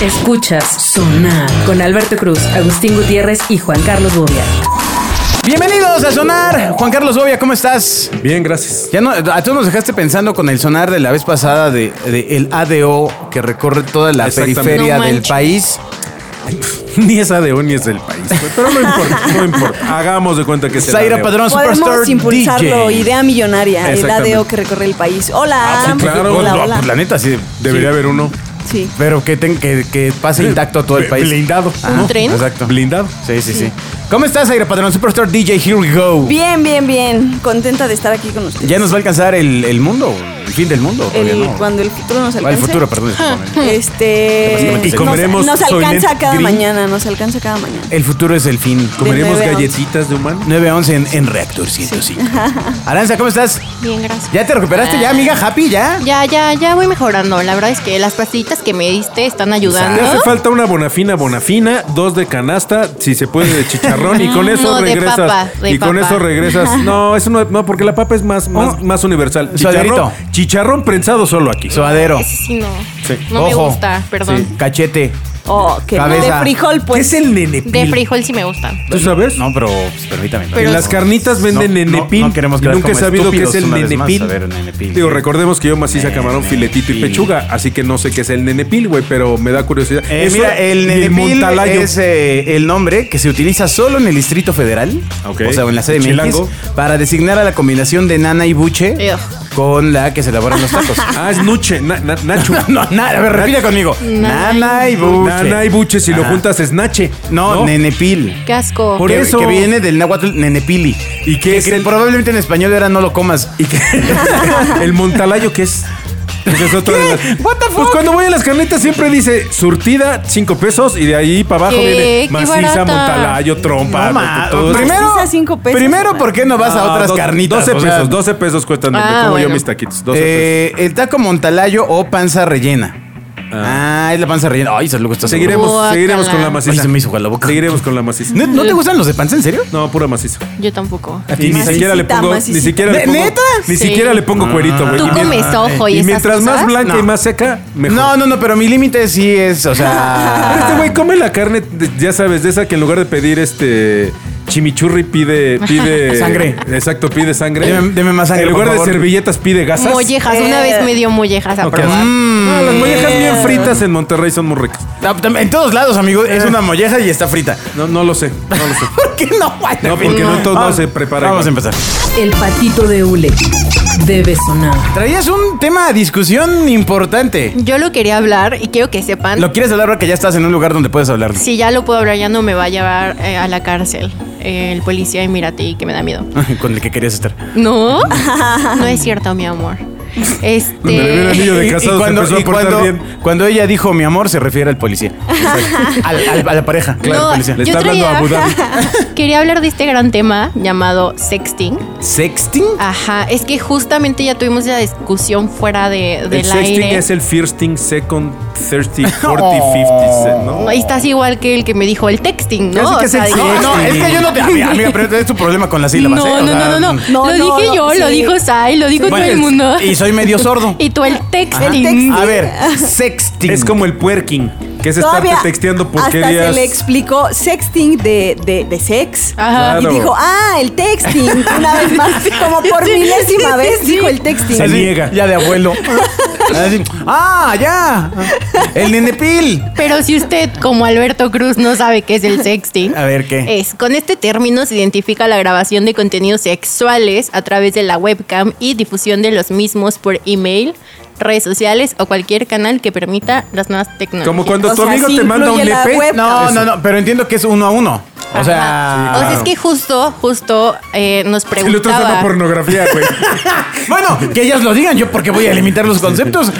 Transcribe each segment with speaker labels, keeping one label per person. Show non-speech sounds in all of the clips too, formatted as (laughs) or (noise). Speaker 1: Escuchas Sonar con Alberto Cruz, Agustín Gutiérrez y Juan Carlos Bobia.
Speaker 2: Bienvenidos a Sonar. Juan Carlos Bobia, ¿cómo estás?
Speaker 3: Bien, gracias.
Speaker 2: Ya no, a todos nos dejaste pensando con el sonar de la vez pasada de, de el ADO que recorre toda la
Speaker 3: Exactamente.
Speaker 2: periferia
Speaker 4: No
Speaker 2: del
Speaker 4: manches.
Speaker 2: país.
Speaker 3: (laughs) Ni es ADO ni es del país.
Speaker 2: (laughs)
Speaker 3: Pero no importa, no importa. Hagamos de cuenta que es el
Speaker 2: Zaira
Speaker 3: ADO.
Speaker 2: Padrón Superstar
Speaker 4: Podemos impulsarlo,
Speaker 2: DJ.
Speaker 4: idea millonaria, el
Speaker 3: Exactamente.
Speaker 4: ADO que recorre el país. Hola.
Speaker 3: Ah, sí, claro.
Speaker 4: Hola,
Speaker 3: No,
Speaker 4: hola.
Speaker 2: Pues la neta, sí.
Speaker 3: Debería haber uno
Speaker 4: Sí.
Speaker 2: Pero que, ten- que, que pase intacto a todo el
Speaker 3: Bl-
Speaker 2: país.
Speaker 3: blindado,
Speaker 2: Ajá,
Speaker 4: ¿Un tren?
Speaker 2: Exacto.
Speaker 3: blindado.
Speaker 2: Sí, sí, sí, ¿Cómo estás, Zaira Padrón Superstar DJ? Here we go.
Speaker 4: Bien, bien, bien. Contenta de estar aquí con ustedes.
Speaker 2: Ya nos va a alcanzar el, el mundo, el fin del mundo.
Speaker 4: El-
Speaker 2: todavía no.
Speaker 4: Cuando el futuro nos
Speaker 2: Ah,
Speaker 4: alcance.
Speaker 2: el futuro, perdón. discúlpame.
Speaker 4: Este.
Speaker 2: Básicamente. Y
Speaker 4: nos-
Speaker 3: comeremos
Speaker 4: Nos, alcanza
Speaker 3: Soylent
Speaker 4: cada
Speaker 3: Green.
Speaker 4: mañana, nos alcanza cada mañana.
Speaker 2: El futuro es el fin.
Speaker 3: Comeremos
Speaker 4: nueve a once.
Speaker 3: galletitas de humano.
Speaker 2: 911 en, en Reactor
Speaker 5: (laughs)
Speaker 2: 105. Aranza, ¿cómo estás?
Speaker 5: Bien, gracias. Ah,
Speaker 2: ¿Ya te recuperaste ya, amiga? ¿Happy ya?
Speaker 5: Ya, ya, ya voy mejorando. La verdad es que las pastillitas que me diste están
Speaker 3: Te hace
Speaker 5: ayudando.
Speaker 3: falta una bonafina, bonafina, dos de canasta, si se puede de chicharrón, y con eso
Speaker 5: Mm, No, de
Speaker 3: regresas.
Speaker 5: papa, de
Speaker 3: y con
Speaker 5: papa.
Speaker 3: eso
Speaker 5: (laughs)
Speaker 3: regresas. No, eso no, no, porque la papa es más,
Speaker 2: Oh.
Speaker 3: más, más universal. Chicharrón,
Speaker 2: Suaderito.
Speaker 3: chicharrón prensado solo aquí.
Speaker 2: Suadero.
Speaker 5: Ese sí, no.
Speaker 3: Sí.
Speaker 5: No me
Speaker 2: Ojo.
Speaker 5: gusta, perdón.
Speaker 2: Sí. Cachete.
Speaker 4: Oh, que
Speaker 2: Cabeza.
Speaker 4: de frijol,
Speaker 3: ¿Qué
Speaker 4: pues.
Speaker 3: es el nenepil?
Speaker 5: De frijol sí me gusta.
Speaker 3: ¿Tú sabes?
Speaker 2: No, pero pues, permítame.
Speaker 5: Pero-
Speaker 3: en las carnitas venden
Speaker 2: No, no,
Speaker 3: nenepil.
Speaker 2: no queremos
Speaker 3: y
Speaker 2: quedar
Speaker 3: nunca he
Speaker 2: como
Speaker 3: sabido qué
Speaker 2: estúpidos
Speaker 3: es el
Speaker 2: una vez más.
Speaker 3: nenepil.
Speaker 2: A ver, nenepil. ¿eh?
Speaker 3: Digo, recordemos que yo me hice camarón,
Speaker 2: Nenepil.
Speaker 3: filetito y pechuga, así que no sé qué es el nenepil, güey, pero me da curiosidad.
Speaker 2: Eh,
Speaker 3: Eso
Speaker 2: mira, el
Speaker 3: y
Speaker 2: nenepil
Speaker 3: montalayo.
Speaker 2: es eh, el nombre que se utiliza solo en el Distrito Federal,
Speaker 3: Ok.
Speaker 2: o sea, en la sede
Speaker 3: Chilango.
Speaker 2: para designar a la combinación de nana y buche
Speaker 5: Ugh.
Speaker 2: con la que se elaboran los
Speaker 5: (laughs)
Speaker 2: tacos.
Speaker 3: Ah, es nuche, na- na- nacho.
Speaker 2: (laughs) no, nada, a ver, repite conmigo.
Speaker 5: Nana
Speaker 2: Nana y buche.
Speaker 3: Nana y buche, si lo
Speaker 2: Ajá.
Speaker 3: juntas es nache.
Speaker 2: No, nenepil.
Speaker 5: Qué asco.
Speaker 3: Por
Speaker 2: que,
Speaker 3: eso.
Speaker 2: que viene del náhuatl nenepili.
Speaker 3: ¿Y qué
Speaker 2: que,
Speaker 3: es
Speaker 2: que
Speaker 3: el-
Speaker 2: probablemente en español era no lo comas.
Speaker 3: ¿Y (laughs) qué? (laughs) el montalayo que es. Pues es otra de las-
Speaker 2: What the fuck?
Speaker 3: Pues cuando voy a las carnetas siempre dice surtida 5 pesos y de ahí para abajo
Speaker 5: ¿Qué?
Speaker 3: viene
Speaker 5: ¡Qué
Speaker 3: maciza,
Speaker 5: barata!
Speaker 3: montalayo, trompa.
Speaker 2: No, ma-
Speaker 3: todo eso.
Speaker 2: primero,
Speaker 4: Maciza, cinco pesos.
Speaker 2: primero, ¿por qué no vas a
Speaker 3: No,
Speaker 2: otras
Speaker 3: Ah, do-
Speaker 2: carnitas?
Speaker 3: 12
Speaker 2: O sea,
Speaker 3: pesos, 12 pesos cuestan donde
Speaker 5: Ah,
Speaker 3: como yo
Speaker 5: bueno.
Speaker 3: mis taquitos. 12
Speaker 2: eh, el taco montalayo o panza rellena. Ah, es la panza rellena. Ay, eso luego está
Speaker 3: pesos. Seguiremos,
Speaker 5: Guácala.
Speaker 3: seguiremos con la maciza.
Speaker 2: Ay, se me hizo agua la boca.
Speaker 3: Seguiremos Mm. con la maciza.
Speaker 2: ¿No, no te gustan los de panza, en serio?
Speaker 3: No, pura maciza.
Speaker 5: Yo tampoco.
Speaker 3: Y ni
Speaker 4: Macicita,
Speaker 3: siquiera le pongo, ni
Speaker 4: macicita.
Speaker 3: siquiera le
Speaker 2: ¿Ne-
Speaker 3: pongo,
Speaker 2: neta? Ah.
Speaker 3: ni
Speaker 5: Sí.
Speaker 3: siquiera le pongo cuerito, güey.
Speaker 5: Tú
Speaker 3: Y mien- eh,
Speaker 5: comes ojo y,
Speaker 3: Y
Speaker 5: esas
Speaker 3: mientras más
Speaker 5: cosas.
Speaker 3: blanca y
Speaker 2: No.
Speaker 3: más seca, mejor.
Speaker 2: No, no, no, pero mi límite sí es, o
Speaker 3: Pero este
Speaker 2: sea...
Speaker 3: güey come la carne, de- ya sabes, de esa que en lugar de pedir este chimichurri pide
Speaker 5: (laughs)
Speaker 3: pide
Speaker 2: Sangre.
Speaker 3: Exacto, pide sangre.
Speaker 2: Deme- deme más sangre,
Speaker 3: En lugar
Speaker 2: por
Speaker 3: de
Speaker 2: favor.
Speaker 3: servilletas pide gasas.
Speaker 5: Mollejas. Una vez me dio mollejas a
Speaker 3: Ok. Mm.
Speaker 5: probar.
Speaker 3: (laughs) No, las mollejas bien
Speaker 4: Eh.
Speaker 3: fritas en Monterrey son muy ricas.
Speaker 2: Ah, mm, tam- En todos lados, amigo, es una molleja y está frita.
Speaker 3: No, no lo sé, no lo sé.
Speaker 2: ¿Por qué no? Ay,
Speaker 3: No, porque no, todo
Speaker 2: Vamos-
Speaker 3: se prepara.
Speaker 2: Vamos a
Speaker 3: igual.
Speaker 2: empezar.
Speaker 1: El patito de Ule debe sonar.
Speaker 2: Traías un tema de discusión importante.
Speaker 5: Yo lo quería hablar y quiero que sepan.
Speaker 2: ¿Lo quieres hablar ahora que ya estás en un lugar donde puedes hablar?
Speaker 5: Si ya lo puedo hablar, ya no me va a llevar eh, a la cárcel eh, el policía y mírate y que me da miedo.
Speaker 2: (laughs) Con el que querías estar.
Speaker 5: No, no es cierto, mi
Speaker 3: (laughs)
Speaker 5: amor. Este.
Speaker 3: Donde le vieron el niño de
Speaker 2: Y-
Speaker 3: casado
Speaker 2: y
Speaker 3: se
Speaker 2: cuando,
Speaker 3: empezó a
Speaker 2: y
Speaker 3: portar
Speaker 2: cuando-
Speaker 3: bien.
Speaker 2: cuando ella dijo mi amor, se refiere al policía.
Speaker 5: (laughs)
Speaker 2: Al- al- a la pareja. Claro,
Speaker 5: no,
Speaker 2: policía.
Speaker 3: Le
Speaker 5: yo
Speaker 3: está hablando a Abu Dhabi.
Speaker 5: (laughs) Quería hablar de este gran tema llamado sexting.
Speaker 2: ¿Sexting?
Speaker 4: Ah,
Speaker 5: Ajá, es que justamente ya tuvimos la discusión fuera de, del
Speaker 3: El sexting
Speaker 5: aire.
Speaker 3: es el firsting, second,
Speaker 4: (laughs)
Speaker 3: thirsty, 40, 50, ¿no?
Speaker 5: Ahí estás igual que el que me dijo el texting, ¿no?
Speaker 3: Casi que es el
Speaker 5: digo,
Speaker 2: No, no, es que yo no te. Amiga, amiga, pero este es tu problema con las sílabas. ¿eh?
Speaker 5: no,
Speaker 2: O
Speaker 5: no,
Speaker 2: sea,
Speaker 5: no, no, no.
Speaker 4: No,
Speaker 5: Lo
Speaker 4: no,
Speaker 5: dije
Speaker 4: no,
Speaker 5: yo, lo
Speaker 4: sí.
Speaker 5: dijo Sai, lo dijo
Speaker 2: bueno,
Speaker 5: todo el mundo.
Speaker 2: Y soy medio sordo.
Speaker 5: (laughs)
Speaker 2: Ah,
Speaker 5: Y tú el texting.
Speaker 2: A ver, sexting.
Speaker 3: Es como el puerking, que es
Speaker 4: Todavía
Speaker 3: estarte texteando
Speaker 4: Hasta se
Speaker 3: porquerías.
Speaker 4: le explicó sexting de, de, de sex.
Speaker 5: Ajá.
Speaker 4: Y
Speaker 3: Claro.
Speaker 4: dijo, ah, el texting. Una vez más, como por
Speaker 5: Sí,
Speaker 4: milésima
Speaker 5: sí,
Speaker 4: vez
Speaker 5: sí.
Speaker 4: dijo el texting.
Speaker 3: Se
Speaker 2: Así,
Speaker 3: niega.
Speaker 2: Ya de abuelo. Así, ah, ya. El nenepil.
Speaker 5: Pero si usted, como Alberto Cruz, no sabe qué es el sexting.
Speaker 2: A ver, ¿qué?
Speaker 5: Es, con este término se identifica la grabación de contenidos sexuales a través de la webcam y difusión de los mismos por email, redes sociales o cualquier canal que permita las nuevas tecnologías.
Speaker 3: Como cuando
Speaker 4: O
Speaker 3: tu
Speaker 4: sea,
Speaker 3: amigo
Speaker 4: sí
Speaker 3: te manda un
Speaker 4: incluye la
Speaker 3: nepe.
Speaker 4: web.
Speaker 2: No,
Speaker 3: Eso.
Speaker 2: no, no, pero entiendo que es uno a uno. O sea.
Speaker 5: O sea, es que justo, justo eh,
Speaker 2: (laughs)
Speaker 5: nos
Speaker 3: El otro está
Speaker 5: preguntaba.
Speaker 3: dando pornografía,
Speaker 4: (laughs)
Speaker 3: güey.
Speaker 2: Bueno, que ellas lo digan, yo porque voy a limitar los conceptos.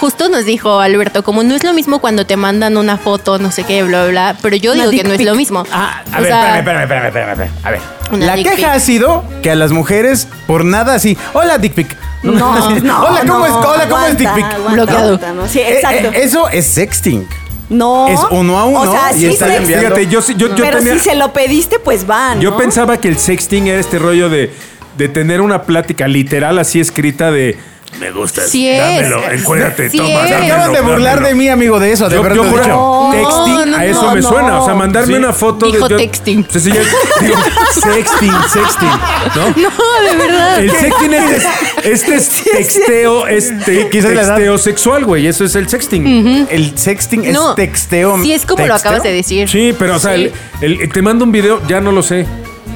Speaker 5: Justo nos dijo Alberto, como no es lo mismo cuando te mandan una foto, no sé qué, bla, bla, bla, pero yo
Speaker 4: Una
Speaker 5: digo que
Speaker 4: dick
Speaker 5: no es
Speaker 4: pic.
Speaker 5: lo mismo.
Speaker 2: Ah, a
Speaker 5: O
Speaker 2: ver,
Speaker 5: sea,
Speaker 2: espérame, espérame, espérame, espérame, espérame. A ver.
Speaker 5: Una
Speaker 2: La
Speaker 5: dick
Speaker 2: queja
Speaker 5: pic.
Speaker 2: ha sido que a las mujeres, por nada así, hola Dick Pic. (laughs)
Speaker 4: No, no,
Speaker 2: hola, ¿cómo
Speaker 4: no,
Speaker 2: es? Hola, ¿cómo es
Speaker 4: aguanta,
Speaker 2: Dick Pic?
Speaker 4: aguanta,
Speaker 5: Bloqueado.
Speaker 4: aguanta, ¿no? Sí,
Speaker 2: Eh,
Speaker 4: exacto.
Speaker 2: eh, eso es sexting.
Speaker 4: no.
Speaker 2: es uno a uno
Speaker 4: O sea,
Speaker 2: y
Speaker 4: sí
Speaker 2: está
Speaker 4: sexting,
Speaker 2: enviando-
Speaker 3: Fíjate, yo, sí- yo, yo
Speaker 4: pero
Speaker 3: tenía-
Speaker 4: si se lo pediste, pues van.
Speaker 3: Yo pensaba que el sexting era este rollo de, de tener una plática literal así escrita de
Speaker 6: Me gusta.
Speaker 5: Sí es.
Speaker 6: Dámelo, encuérdate,
Speaker 5: Sí
Speaker 6: toma.
Speaker 5: es.
Speaker 2: Se
Speaker 6: dámelo,
Speaker 2: acaban de burlar
Speaker 6: dámelo.
Speaker 2: de mí, amigo, de eso, de
Speaker 3: Yo-
Speaker 2: verdad.
Speaker 3: yo juro-
Speaker 5: No,
Speaker 3: texting,
Speaker 5: no,
Speaker 3: a eso
Speaker 5: no,
Speaker 3: me
Speaker 5: no.
Speaker 3: suena. O sea, mandarme una foto
Speaker 5: Dijo
Speaker 3: de. yo-
Speaker 5: texting.
Speaker 3: Pues sí, ya- digo,
Speaker 2: Sexting, sexting.
Speaker 3: ¿no?
Speaker 5: (laughs) No, de verdad.
Speaker 3: El sexting es, este es texteo, este
Speaker 2: Quizás la edad.
Speaker 3: texteo sexual, güey. Eso es el sexting.
Speaker 2: El sexting es
Speaker 5: No,
Speaker 2: texteo.
Speaker 5: Sí, es como lo acabas de decir.
Speaker 3: Sí, pero o sea,
Speaker 5: Sí.
Speaker 3: el- el- te mando un video, ya no lo sé.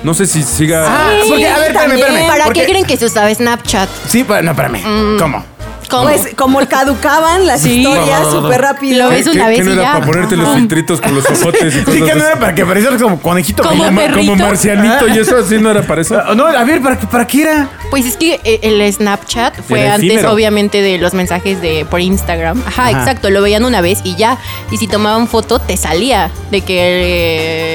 Speaker 3: No sé si siga.
Speaker 2: Ah, porque, a ver, espérame,
Speaker 5: También.
Speaker 2: espérame.
Speaker 5: ¿Para Mm.
Speaker 2: porque-
Speaker 5: qué creen que se usaba Snapchat?
Speaker 2: Sí, pero no, espérame. ¿Cómo?
Speaker 5: ¿Cómo?
Speaker 4: Pues como caducaban las
Speaker 5: Sí.
Speaker 4: historias súper rápido.
Speaker 5: Lo ves
Speaker 3: ¿Qué-
Speaker 5: una
Speaker 3: qué
Speaker 5: vez
Speaker 3: no
Speaker 5: y
Speaker 3: era
Speaker 5: ya.
Speaker 3: para ponerte los
Speaker 5: Ajá.
Speaker 3: filtritos con
Speaker 5: (laughs)
Speaker 3: los ojotes y cosas
Speaker 2: Sí, que
Speaker 3: de
Speaker 2: no
Speaker 3: esas?
Speaker 2: era para que parecieras como conejito.
Speaker 5: Como
Speaker 2: ¿no?
Speaker 5: perrito.
Speaker 3: Como marcianito y eso así no era para eso.
Speaker 2: Ah, No, a ver, ¿para, qué- para qué era?
Speaker 5: Pues es que eh, el Snapchat fue
Speaker 3: Era
Speaker 5: antes,
Speaker 3: efímero.
Speaker 5: obviamente, de los mensajes de por Instagram. Ajá,
Speaker 2: Ajá.
Speaker 5: exacto. Lo veían una vez y ya. Y si tomaban foto, te salía de que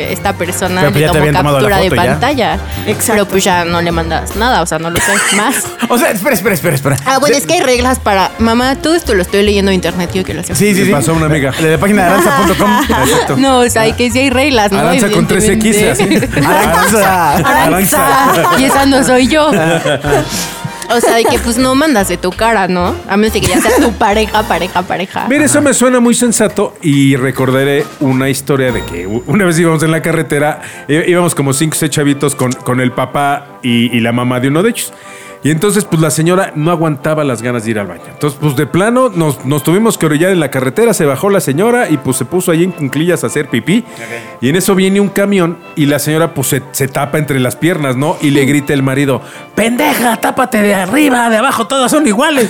Speaker 5: eh, esta persona
Speaker 2: Pero pues
Speaker 5: le
Speaker 2: ya te
Speaker 5: tomó
Speaker 2: habían tomado la
Speaker 5: captura de
Speaker 2: foto ya.
Speaker 5: pantalla.
Speaker 4: Exacto.
Speaker 5: Pero pues ya no le mandas nada, o sea, no lo sé más.
Speaker 2: O sea, espera, espera, espera, espera.
Speaker 5: (laughs) Ah, bueno, es que hay reglas para. Mamá, todo esto lo estoy leyendo en internet, yo que lo sé.
Speaker 2: Sí, sí,
Speaker 3: Le
Speaker 2: sí.
Speaker 3: pasó a una amiga.
Speaker 2: De la página de aranza.com. Exacto.
Speaker 5: (laughs) No, o sea, hay que sí hay reglas, ¿no?
Speaker 3: Aranza con tres X.
Speaker 5: Evidentemente.
Speaker 3: así.
Speaker 2: Aranza.
Speaker 3: Aranza.
Speaker 5: (laughs) Y esa no soy yo. O sea, de que pues no mandas de tu cara, ¿no? A menos de que ya sea tu pareja, pareja, pareja.
Speaker 3: Mira, eso me suena muy sensato y recordaré una historia de que u- una vez íbamos en la carretera, í- íbamos como cinco o seis chavitos con, con el papá y, y la mamá de uno de ellos. Y entonces, pues la señora no aguantaba las ganas de ir al baño. Entonces, pues de plano, nos, nos tuvimos que orillar en la carretera, se bajó la señora y pues se puso ahí en cunclillas a hacer pipí. Y en eso viene un camión y la señora pues se, se tapa entre las piernas, ¿no? Y le grita el marido, pendeja, tápate de arriba, de abajo, todas son iguales.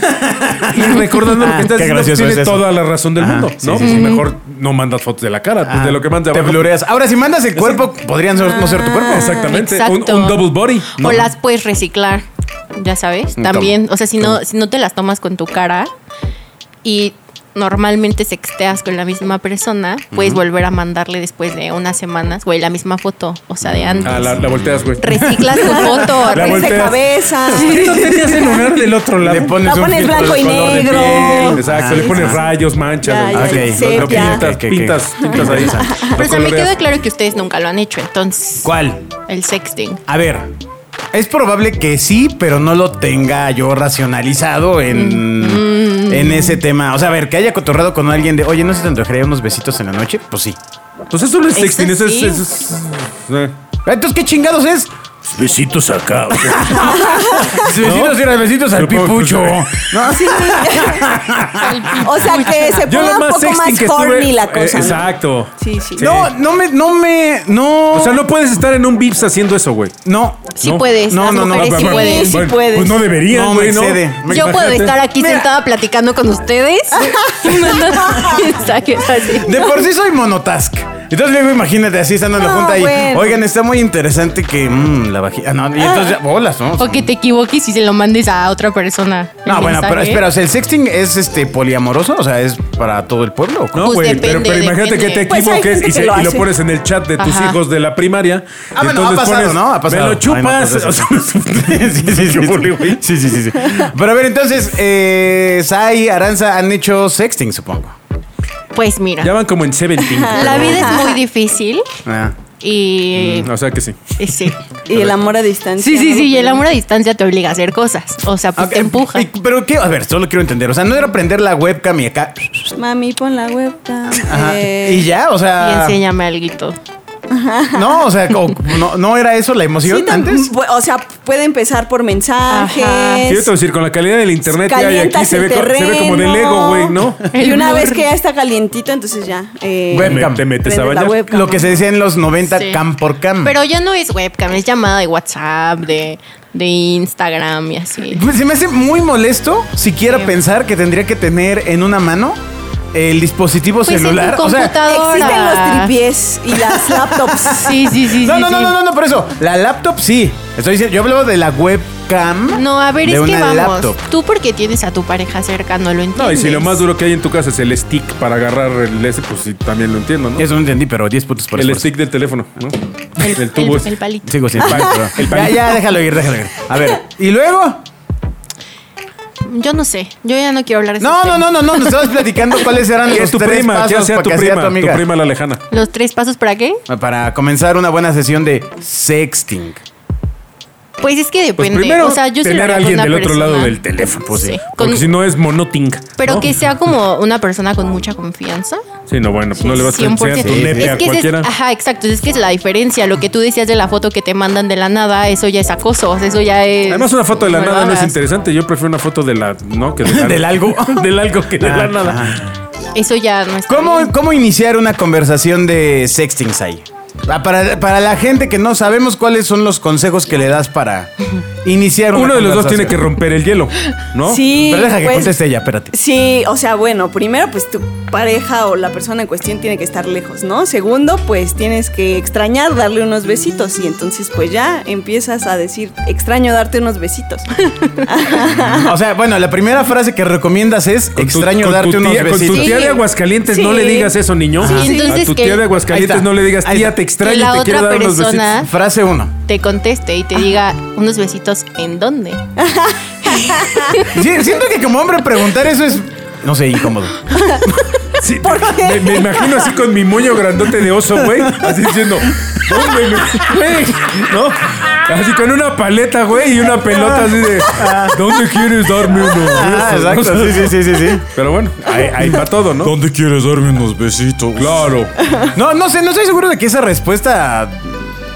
Speaker 3: y recordando lo que estás
Speaker 2: Ah, Qué
Speaker 3: diciendo,
Speaker 2: gracioso
Speaker 3: tiene
Speaker 2: es eso.
Speaker 3: toda la razón del
Speaker 2: Ajá,
Speaker 3: mundo,
Speaker 2: sí,
Speaker 3: ¿no? Pues
Speaker 2: sí, sí.
Speaker 3: Mejor no mandas fotos de la cara, pues de lo que mandas
Speaker 2: Te blureas. Ahora, si mandas el cuerpo, podrían ser- no ser tu cuerpo.
Speaker 3: Exactamente,
Speaker 5: Exacto.
Speaker 3: un, un double body. ¿no? Mm,
Speaker 5: O las puedes reciclar, ya sabes. También, o sea, si no, si no te las tomas con tu cara y normalmente sexteas con la misma persona, puedes volver a mandarle después de unas semanas, güey, la misma foto, o sea, de antes.
Speaker 3: Ah, la, la volteas, güey. (laughs)
Speaker 5: Reciclas tu foto.
Speaker 3: La
Speaker 4: Risa
Speaker 3: volteas.
Speaker 4: cabeza.
Speaker 3: ¿Qué no tenías el lunar del otro lado?
Speaker 2: Le pones,
Speaker 4: La
Speaker 2: un
Speaker 4: pones
Speaker 2: filtro
Speaker 4: blanco
Speaker 2: de
Speaker 4: y
Speaker 2: color de
Speaker 4: negro.
Speaker 2: piel. ah,
Speaker 3: Exacto, le pones rayos, manchas.
Speaker 4: Ya, ya,
Speaker 3: así,
Speaker 4: ya,
Speaker 3: lo-
Speaker 4: sí,
Speaker 3: lo
Speaker 4: ya.
Speaker 3: pintas,
Speaker 2: Ok, ok.
Speaker 3: pintas, pintas ahí.
Speaker 4: (laughs)
Speaker 3: lo
Speaker 5: Pero se me
Speaker 3: coloreas.
Speaker 5: queda claro que ustedes nunca lo han hecho, entonces.
Speaker 2: ¿Cuál?
Speaker 5: El sexting.
Speaker 2: A ver, es probable que sí, pero no lo tenga yo racionalizado en,
Speaker 5: Mm.
Speaker 2: en ese tema. O sea, a ver, que haya cotorrado con alguien de, oye, ¿no se te antojaría unos besitos en la noche? Pues sí.
Speaker 3: Pues eso no es sexting, eso
Speaker 5: Eso
Speaker 3: es...
Speaker 5: sí.
Speaker 3: eso es- eh.
Speaker 2: Entonces, ¿qué chingados es?
Speaker 6: Besitos acá. o
Speaker 2: (laughs)
Speaker 6: sea,
Speaker 2: Besitos y las besitos al
Speaker 3: Pero, pues,
Speaker 2: pipucho.
Speaker 4: No, sí.
Speaker 3: Ah,
Speaker 4: o sea que se
Speaker 3: Yo lo
Speaker 4: ponga Ah, un
Speaker 3: más
Speaker 4: poco
Speaker 3: sexting
Speaker 4: más
Speaker 3: que
Speaker 4: horny
Speaker 3: estuve...
Speaker 4: la
Speaker 3: eh,
Speaker 4: cosa. ¿no?
Speaker 3: exacto.
Speaker 4: Sí, sí.
Speaker 2: No, no me, no me, no.
Speaker 3: O sea, no puedes estar en un Vips haciendo eso, güey.
Speaker 2: no.
Speaker 5: Sí
Speaker 3: No.
Speaker 5: puedes,
Speaker 2: No,
Speaker 5: las
Speaker 2: no, no,
Speaker 5: mujeres
Speaker 2: va,
Speaker 5: sí
Speaker 2: va, va.
Speaker 5: pueden.
Speaker 4: Sí
Speaker 3: Bueno,
Speaker 4: puedes.
Speaker 3: Pues no deberían,
Speaker 2: No, me
Speaker 3: güey, ¿no?
Speaker 2: excede.
Speaker 5: Yo puedo
Speaker 3: Imagínate.
Speaker 5: estar aquí sentada platicando
Speaker 2: (laughs)
Speaker 5: con ustedes. (laughs) Mandando mensajes así.
Speaker 2: De por sí soy monotask. Entonces luego imagínate así estando en la
Speaker 5: Ah,
Speaker 4: No,
Speaker 2: junta y
Speaker 4: bueno.
Speaker 2: oigan, está muy interesante que mm, la vagina. Ah, no, y entonces ya, bolas, ¿no?
Speaker 5: O que te equivoques y se lo mandes a otra persona. el
Speaker 2: No, bueno, pero
Speaker 5: mensaje.
Speaker 2: espera, o sea, el sexting es este poliamoroso, o sea, es para todo el pueblo. ¿o cómo?
Speaker 3: No,
Speaker 5: Pues
Speaker 3: güey, pero,
Speaker 5: depende,
Speaker 3: pero imagínate
Speaker 5: depende.
Speaker 3: que te
Speaker 4: Pues hay
Speaker 3: equivoques
Speaker 4: gente
Speaker 3: y,
Speaker 4: que
Speaker 3: se-
Speaker 4: lo
Speaker 3: y lo
Speaker 4: hace.
Speaker 3: pones en el chat de tus
Speaker 5: Ajá.
Speaker 3: hijos de la primaria.
Speaker 2: Ah, bueno, ha
Speaker 3: entonces
Speaker 2: pasado,
Speaker 3: pones,
Speaker 2: ¿no? Ha pasado.
Speaker 3: Me lo
Speaker 2: Ay, (laughs)
Speaker 3: chupas.
Speaker 2: no,
Speaker 3: (laughs) O sea,
Speaker 2: entonces- sí, sí, sí, sí, sí. sí, sí, sí, sí. Pero a ver, entonces, eh, Sai, Aranza han hecho sexting, supongo.
Speaker 5: Pues mira,
Speaker 3: ya van como en 17.
Speaker 5: (laughs) la vida es muy difícil
Speaker 2: Ah.
Speaker 5: y.
Speaker 2: Mm,
Speaker 3: O sea que sí.
Speaker 5: y Sí.
Speaker 4: Y el amor a distancia.
Speaker 5: Sí, sí,
Speaker 4: ¿no?
Speaker 5: sí, y el amor a distancia te obliga a hacer cosas. O sea, pues
Speaker 2: Ok,
Speaker 5: te empuja.
Speaker 2: y- Pero qué, a ver, solo quiero entender. O sea, no era prender la webcam y acá.
Speaker 4: Pues, Mami, pon la webcam.
Speaker 2: Ajá.
Speaker 4: Eh,
Speaker 2: y ya, o
Speaker 5: Y
Speaker 2: sea.
Speaker 5: enséñame algo.
Speaker 2: No, o sea,
Speaker 5: (laughs)
Speaker 2: como- no, no era eso la emoción
Speaker 4: Sí, tam-
Speaker 2: antes.
Speaker 4: pu- O sea, puede empezar por mensajes.
Speaker 5: Ajá.
Speaker 3: Sí, yo te voy a decir, con la calidad del internet que hay aquí
Speaker 4: Calientas
Speaker 3: se ve,
Speaker 4: el
Speaker 3: co- se ve como de
Speaker 4: terreno.
Speaker 3: Lego, güey, ¿no?
Speaker 4: Y
Speaker 5: El
Speaker 4: una
Speaker 5: blur.
Speaker 4: vez que ya está calientito, entonces ya. eh,
Speaker 2: Web-
Speaker 3: Me- Te metes a
Speaker 4: Prende la
Speaker 3: bañar.
Speaker 4: web.
Speaker 2: Lo que se decía en los 90,
Speaker 5: Sí.
Speaker 2: cam por cam.
Speaker 5: Pero ya no es webcam, es llamada de WhatsApp, de, de Instagram
Speaker 2: (laughs)
Speaker 5: y así.
Speaker 2: Pues se me hace muy molesto siquiera
Speaker 5: Sí.
Speaker 2: pensar que tendría que tener en una mano el dispositivo
Speaker 5: Pues en tu
Speaker 2: celular. O sea,
Speaker 5: computadora.
Speaker 4: Existen los tripies y las laptops.
Speaker 5: (laughs) Sí, sí, sí,
Speaker 2: no,
Speaker 5: sí,
Speaker 2: no, no,
Speaker 5: sí.
Speaker 2: no, no, no, por eso. La laptop sí. Estoy diciendo, yo hablaba de la webcam.
Speaker 5: No, a ver,
Speaker 2: de
Speaker 5: es que
Speaker 2: una
Speaker 5: vamos.
Speaker 2: laptop.
Speaker 5: Tú porque tienes a tu pareja cerca, no lo entiendes.
Speaker 3: No, y si lo más duro que hay en tu casa es el stick para agarrar el S, pues sí, también lo entiendo, ¿no?
Speaker 2: Eso no entendí, pero 10 puntos por
Speaker 3: el
Speaker 2: esfuerzo.
Speaker 3: stick del teléfono, ¿no?
Speaker 5: El,
Speaker 3: El tubo.
Speaker 5: el-
Speaker 3: ese.
Speaker 5: el palito.
Speaker 2: Sigo sin
Speaker 3: pal-
Speaker 2: pero-
Speaker 3: el
Speaker 2: Ya,
Speaker 3: palito.
Speaker 2: ya, déjalo ir, déjalo ir. A ver, ¿y luego?
Speaker 5: Yo no sé. Yo ya no quiero hablar de
Speaker 2: No,
Speaker 5: esos
Speaker 2: no,
Speaker 5: temas.
Speaker 2: no, no, no, nos estabas platicando cuáles eran
Speaker 3: ¿Qué
Speaker 2: los
Speaker 3: es tu
Speaker 2: tres
Speaker 3: prima?
Speaker 2: pasos
Speaker 3: ¿Qué hacía
Speaker 2: para
Speaker 3: tu
Speaker 2: que hacía
Speaker 3: prima?
Speaker 2: tu
Speaker 3: Tu,
Speaker 2: amiga.
Speaker 3: prima la lejana.
Speaker 5: ¿Los tres pasos para qué?
Speaker 2: Para comenzar una buena sesión de sexting.
Speaker 5: Pues es que
Speaker 3: Pues
Speaker 5: depende.
Speaker 3: primero
Speaker 5: o sea, yo sí
Speaker 3: tener
Speaker 5: lo
Speaker 3: a
Speaker 5: haría con
Speaker 3: alguien
Speaker 5: una
Speaker 3: del otro lado
Speaker 5: persona.
Speaker 3: del teléfono.
Speaker 5: Pues sí.
Speaker 3: sí.
Speaker 5: Con-
Speaker 3: Porque si no es monoting.
Speaker 5: Pero
Speaker 3: ¿no?
Speaker 5: que sea como una persona con mucha confianza.
Speaker 3: Sí, no, bueno, pues no le vas a
Speaker 5: 100%.
Speaker 3: enseñar tu
Speaker 5: Sí,
Speaker 3: nepe
Speaker 5: es
Speaker 3: a
Speaker 5: que ese es-
Speaker 3: cualquiera.
Speaker 5: ajá, exacto. Es que es la diferencia. Lo que tú decías de la foto que te mandan de la nada, eso ya es acoso. o sea, Eso ya es.
Speaker 3: Además, una foto de la nada no es
Speaker 5: huevadas.
Speaker 3: interesante. Yo prefiero una foto de la. ¿No? Que
Speaker 5: (laughs)
Speaker 3: de la-
Speaker 2: Del algo.
Speaker 3: (laughs) del algo que de
Speaker 5: Ah,
Speaker 3: la nada.
Speaker 5: Eso ya no es.
Speaker 2: ¿Cómo, ¿Cómo iniciar una conversación de sexting, Sai? Ah, Para, para la gente que no sabemos cuáles son los consejos que le das para iniciar una
Speaker 3: Uno de los dos tiene
Speaker 2: conversación.
Speaker 3: que romper el hielo, ¿no?
Speaker 4: Sí,
Speaker 2: Pero deja que
Speaker 4: pues,
Speaker 2: conteste ella, espérate.
Speaker 4: Sí, o sea, bueno, primero, pues tu pareja o la persona en cuestión tiene que estar lejos, ¿no? Segundo, pues tienes que extrañar darle unos besitos y entonces pues ya empiezas a decir, extraño darte unos besitos.
Speaker 2: O sea, bueno, la primera frase que recomiendas es
Speaker 3: Con tu-
Speaker 2: extraño
Speaker 3: con tu
Speaker 2: darte unos
Speaker 3: tía-
Speaker 2: besitos.
Speaker 3: Con tu tía
Speaker 5: Sí.
Speaker 3: de Aguascalientes no
Speaker 4: Sí.
Speaker 3: le digas eso, niño.
Speaker 5: Sí, entonces
Speaker 3: a tu
Speaker 5: que-
Speaker 3: tía de Aguascalientes
Speaker 2: Ahí está.
Speaker 3: no le digas,
Speaker 2: Ahí
Speaker 3: tía,
Speaker 2: está.
Speaker 3: te extraño,
Speaker 5: Que la
Speaker 3: te quiero
Speaker 5: otra
Speaker 3: dar unos
Speaker 5: persona-
Speaker 3: besitos.
Speaker 2: Frase 1.
Speaker 5: te conteste y te diga unos besitos en dónde.
Speaker 2: siento que como hombre preguntar eso es, no sé, incómodo.
Speaker 3: Sí, Me, me imagino así con mi moño grandote de oso, güey. Así diciendo, ¿dónde me- güey? ¿No?
Speaker 2: Ah,
Speaker 3: Así con una paleta, güey, y una pelota así de, ¿dónde quieres darme unos
Speaker 2: Ah,
Speaker 3: besos?
Speaker 2: exacto,
Speaker 3: ¿No?
Speaker 2: sí, sí, sí, sí, sí.
Speaker 3: Pero bueno, ahí, ahí va todo, ¿no?
Speaker 6: ¿Dónde quieres darme unos besitos?
Speaker 3: Claro.
Speaker 2: No, no sé, no estoy seguro de que esa respuesta...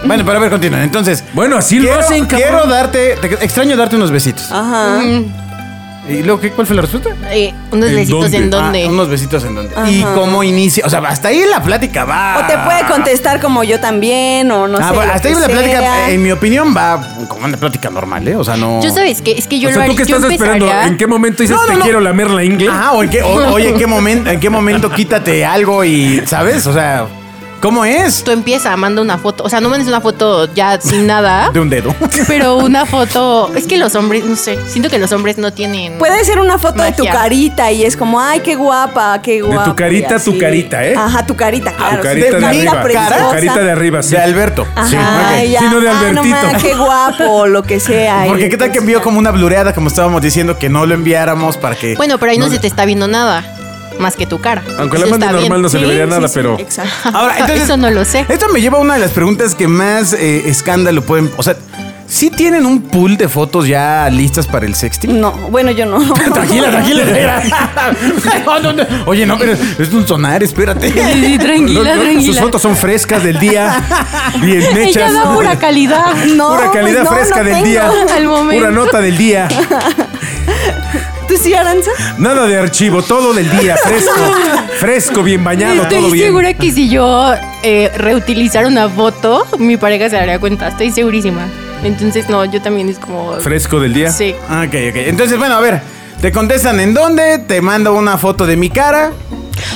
Speaker 2: Bueno, pero a ver, continúen. Entonces...
Speaker 3: Bueno, así lo
Speaker 2: quiero-
Speaker 3: hacen, cabrón.
Speaker 2: Quiero darte... te- extraño darte unos besitos.
Speaker 3: (laughs)
Speaker 4: Ajá.
Speaker 5: Mm.
Speaker 2: ¿Y luego qué, cuál fue la respuesta?
Speaker 5: Eh, unos
Speaker 3: ¿En
Speaker 5: besitos
Speaker 3: dónde?
Speaker 5: en dónde.
Speaker 2: Ah, unos besitos en donde. ¿Y cómo inicia? O sea, hasta ahí la plática va.
Speaker 4: O te puede contestar como yo también o no
Speaker 2: Ah,
Speaker 4: sé.
Speaker 2: bueno,
Speaker 4: lo
Speaker 2: hasta
Speaker 4: que
Speaker 2: ahí la plática, eh,
Speaker 4: sea.
Speaker 2: en mi opinión, va como una plática normal, ¿eh? O sea, no.
Speaker 5: Yo sabes que es que yo
Speaker 3: O
Speaker 5: lo
Speaker 3: sea, ¿tú
Speaker 5: haría-
Speaker 3: qué
Speaker 5: yo
Speaker 3: estás esperando?
Speaker 5: empezaría-
Speaker 3: ¿En qué momento dices,
Speaker 2: No, no,
Speaker 3: te
Speaker 2: no.
Speaker 3: quiero lamer la ingle?
Speaker 2: Ajá, o en qué, o- oye, ¿en qué momento, en qué momento quítate algo y, ¿sabes? O sea, ¿cómo es?
Speaker 5: Tú empieza, manda una foto. O sea, no mandes una foto
Speaker 3: (laughs)
Speaker 5: ya sin nada.
Speaker 2: De un dedo.
Speaker 5: Pero una foto. Es que los hombres, no sé. Siento que los hombres no tienen.
Speaker 4: Puede ser una foto de tu
Speaker 5: Magia.
Speaker 4: carita y es como, ay, qué guapa, qué guapa.
Speaker 3: carita a tu carita, ¿eh?
Speaker 4: Ajá, tu carita, claro.
Speaker 3: Tu carita de
Speaker 2: Carita
Speaker 3: arriba.
Speaker 4: preciosa.
Speaker 3: Tu carita de arriba, sí.
Speaker 2: De Alberto.
Speaker 4: Ajá,
Speaker 2: Sí, ok.
Speaker 4: ya.
Speaker 3: Sí, no de
Speaker 4: Ah, no
Speaker 3: Albertito.
Speaker 4: mames, qué guapo, o lo
Speaker 3: (laughs)
Speaker 4: que sea.
Speaker 2: Porque
Speaker 4: y
Speaker 2: qué tal que envió como una blureada, como estábamos diciendo, que no lo enviáramos para
Speaker 3: Eh,
Speaker 2: que.
Speaker 5: Bueno, pero ahí no, se te está viendo nada. Más que tu cara.
Speaker 3: Aunque la
Speaker 5: Eso
Speaker 3: mande
Speaker 5: está
Speaker 3: normal
Speaker 5: bien.
Speaker 3: no se le
Speaker 4: Sí,
Speaker 3: vería
Speaker 4: sí,
Speaker 3: nada,
Speaker 4: sí,
Speaker 3: pero...
Speaker 4: Exacto.
Speaker 2: Ahora, entonces,
Speaker 5: Eso no lo sé.
Speaker 2: Esto me lleva a una de las preguntas que más eh, escándalo pueden. O sea, ¿sí tienen un pool de fotos ya listas para el sexting?
Speaker 4: No, bueno, yo no.
Speaker 3: (laughs)
Speaker 2: Tranquila, tranquila,
Speaker 5: (laughs)
Speaker 2: espera. No, no, no. Oye, no, pero es un sonar, espérate.
Speaker 3: Los-
Speaker 5: tranquila,
Speaker 3: los- Sus
Speaker 5: tranquila.
Speaker 3: fotos son frescas del día, bien hechas.
Speaker 5: Ella da pura
Speaker 2: (laughs)
Speaker 5: calidad.
Speaker 4: (laughs) No,
Speaker 3: Pura
Speaker 4: pues
Speaker 3: calidad
Speaker 4: no,
Speaker 3: fresca
Speaker 4: no
Speaker 3: del
Speaker 4: tengo. (laughs)
Speaker 3: día.
Speaker 5: al momento.
Speaker 3: Pura nota del
Speaker 5: (laughs)
Speaker 3: día.
Speaker 4: ¿Tú sí, Aranza?
Speaker 3: Nada de archivo, todo del día, fresco.
Speaker 2: (laughs)
Speaker 3: Fresco, bien bañado,
Speaker 5: Estoy
Speaker 3: todo bien.
Speaker 5: segura que si yo eh, reutilizara una foto, mi pareja se daría cuenta. Estoy segurísima. Entonces, no, yo también es como.
Speaker 3: Fresco del día.
Speaker 5: Sí.
Speaker 2: Ok, ok. Entonces, bueno, a ver. Te contestan en dónde, te mando una foto de mi cara.